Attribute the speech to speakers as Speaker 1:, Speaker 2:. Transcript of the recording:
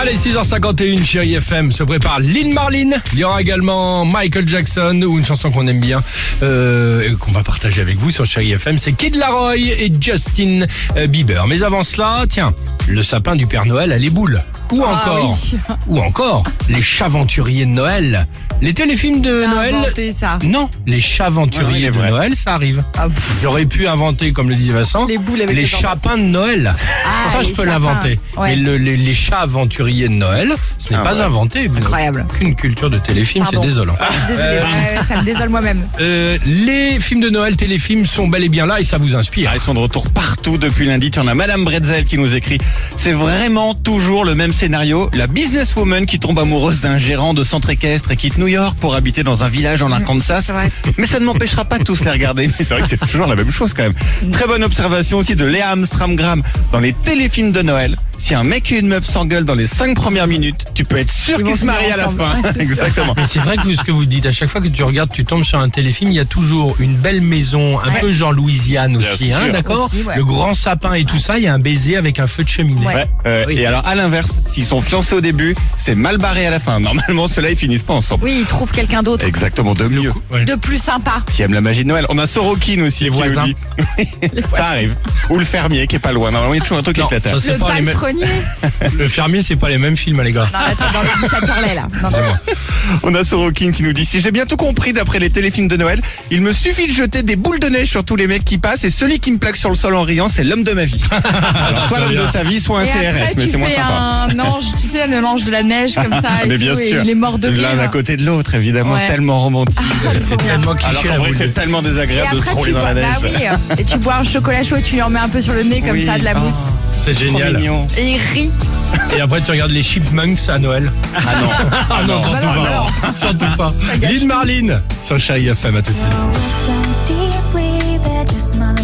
Speaker 1: Allez, 6h51, chérie FM se prépare Lynn Marlin. Il y aura également Michael Jackson ou une chanson qu'on aime bien euh, et qu'on va partager avec vous sur chérie FM. C'est Kid Laroy et Justin euh, Bieber. Mais avant cela, tiens, le sapin du Père Noël a les boules. Ou
Speaker 2: Ah
Speaker 1: encore,
Speaker 2: oui.
Speaker 1: ou encore, les chaventuriers de Noël. Les téléfilms de
Speaker 2: T'as
Speaker 1: Noël.
Speaker 2: inventé ça.
Speaker 1: Non, les
Speaker 3: Ouais, il
Speaker 1: chaventuriers
Speaker 3: est
Speaker 1: de
Speaker 3: vrai.
Speaker 1: Noël, ça arrive.
Speaker 2: Ah, pff.
Speaker 1: J'aurais pu inventer, comme le dit Vincent,
Speaker 2: Les boules avec
Speaker 1: les
Speaker 2: les
Speaker 1: chapins de Noël.
Speaker 2: Ah,
Speaker 1: ça, je
Speaker 2: les
Speaker 1: peux
Speaker 2: chapins.
Speaker 1: l'inventer.
Speaker 2: Ouais.
Speaker 1: Mais le- les, les chats aventuriers de Noël, ce n'est
Speaker 3: Ah
Speaker 1: pas
Speaker 3: ouais.
Speaker 1: inventé. Vous n'avez
Speaker 2: Incroyable.
Speaker 1: Aucune culture de téléfilm, c'est
Speaker 2: Pardon.
Speaker 1: désolant.
Speaker 2: Ah, Je suis désolée,
Speaker 3: Euh.
Speaker 2: ouais, ouais, ça me désole moi-même.
Speaker 1: Euh, les films de Noël, téléfilms sont bel et bien là et ça vous inspire.
Speaker 3: Ah, ils sont de retour partout depuis lundi. Tu en as Madame Bretzel qui nous écrit. C'est vraiment toujours le même scénario. La businesswoman qui tombe amoureuse d'un gérant de centre équestre et quitte New York pour habiter dans un village en Arkansas.
Speaker 2: Mm, c'est vrai.
Speaker 3: Mais ça ne m'empêchera pas de tous les regarder. Mais c'est vrai que c'est toujours la même chose quand
Speaker 2: Mm.
Speaker 3: même. Très bonne observation aussi de Léa Amstramgram dans les téléfilms de Noël. Si un mec et une meuf s'engueulent dans les cinq premières minutes, tu peux être sûr
Speaker 2: Ils
Speaker 3: qu'ils
Speaker 2: vont
Speaker 3: se marient à la
Speaker 2: finir
Speaker 3: fin.
Speaker 2: ensemble. Ouais, c'est ça.
Speaker 3: Exactement.
Speaker 1: Mais c'est vrai que vous- ce que vous dites, à chaque fois que tu regardes, tu tombes sur un téléfilm, il y a toujours une belle maison, un
Speaker 2: Ouais.
Speaker 1: peu genre Louisiane
Speaker 3: Bien
Speaker 1: aussi, hein,
Speaker 3: sûr.
Speaker 1: d'accord
Speaker 2: Aussi, ouais.
Speaker 1: Le grand sapin et tout ça, il y a un baiser avec un feu de cheminée.
Speaker 2: Ouais.
Speaker 3: Ouais, euh,
Speaker 1: Oui.
Speaker 3: Et alors à l'inverse, s'ils sont fiancés au début, c'est mal barré à la fin. Normalement, ceux-là, ils finissent pas ensemble.
Speaker 2: Oui, il trouve quelqu'un d'autre
Speaker 3: Exactement, de mieux.
Speaker 1: Ouais.
Speaker 2: de plus sympa.
Speaker 3: Qui aime la magie de Noël. On a Sorokin aussi.
Speaker 1: Les
Speaker 3: qui nous
Speaker 1: voisins.
Speaker 3: dit. ça arrive. Ou le fermier qui est pas loin. Normalement, il y a toujours un truc
Speaker 1: Non,
Speaker 3: avec la terre.
Speaker 1: ça, c'est
Speaker 2: Le
Speaker 1: pas les mêmes-
Speaker 2: palefrenier.
Speaker 1: le fermier, c'est pas les mêmes films, les gars.
Speaker 2: Non, attends, dans le Châtelet, là. Non, non.
Speaker 3: On a Sorokin qui nous dit Si j'ai bien tout compris d'après les téléfilms de Noël, il me suffit de jeter des boules de neige sur tous les mecs qui passent et celui qui me plaque sur le sol en riant, c'est l'homme de ma vie. Alors, soit l'homme de sa vie, soit un
Speaker 4: Et
Speaker 3: CRS,
Speaker 4: après,
Speaker 3: mais
Speaker 4: tu
Speaker 3: c'est moins
Speaker 4: fais
Speaker 3: sympa. Ah,
Speaker 4: un ange, tu sais, le ange de la neige comme ça. et
Speaker 3: mais
Speaker 4: tout,
Speaker 3: bien
Speaker 4: et
Speaker 3: sûr.
Speaker 4: il est mort de
Speaker 3: L'un
Speaker 4: rire.
Speaker 3: à côté de l'autre, évidemment,
Speaker 4: Ouais.
Speaker 3: tellement romantique.
Speaker 1: C'est tellement
Speaker 3: Alors
Speaker 1: cliché
Speaker 3: qu'en
Speaker 1: la
Speaker 3: vrai,
Speaker 1: boule.
Speaker 3: c'est tellement
Speaker 2: Oh, Et
Speaker 3: désagréable de se
Speaker 2: après,
Speaker 3: rouler
Speaker 2: tu
Speaker 3: dans
Speaker 2: bois,
Speaker 3: la neige.
Speaker 2: bah oui, et tu bois un chocolat chaud et tu lui en mets un peu sur le nez comme
Speaker 3: Oui.
Speaker 2: ça, de la
Speaker 3: Ah,
Speaker 2: mousse.
Speaker 1: C'est
Speaker 3: trop
Speaker 1: génial.
Speaker 3: mignon.
Speaker 2: Et il rit.
Speaker 1: Et après, tu regardes les Chipmunks à Noël.
Speaker 3: Ah non.
Speaker 1: Ah non, surtout
Speaker 2: non,
Speaker 1: pas. Surtout pas.
Speaker 2: gâche
Speaker 1: Lynn Marlin sur Chérie FM, à tout de suite.
Speaker 5: so deeply that just my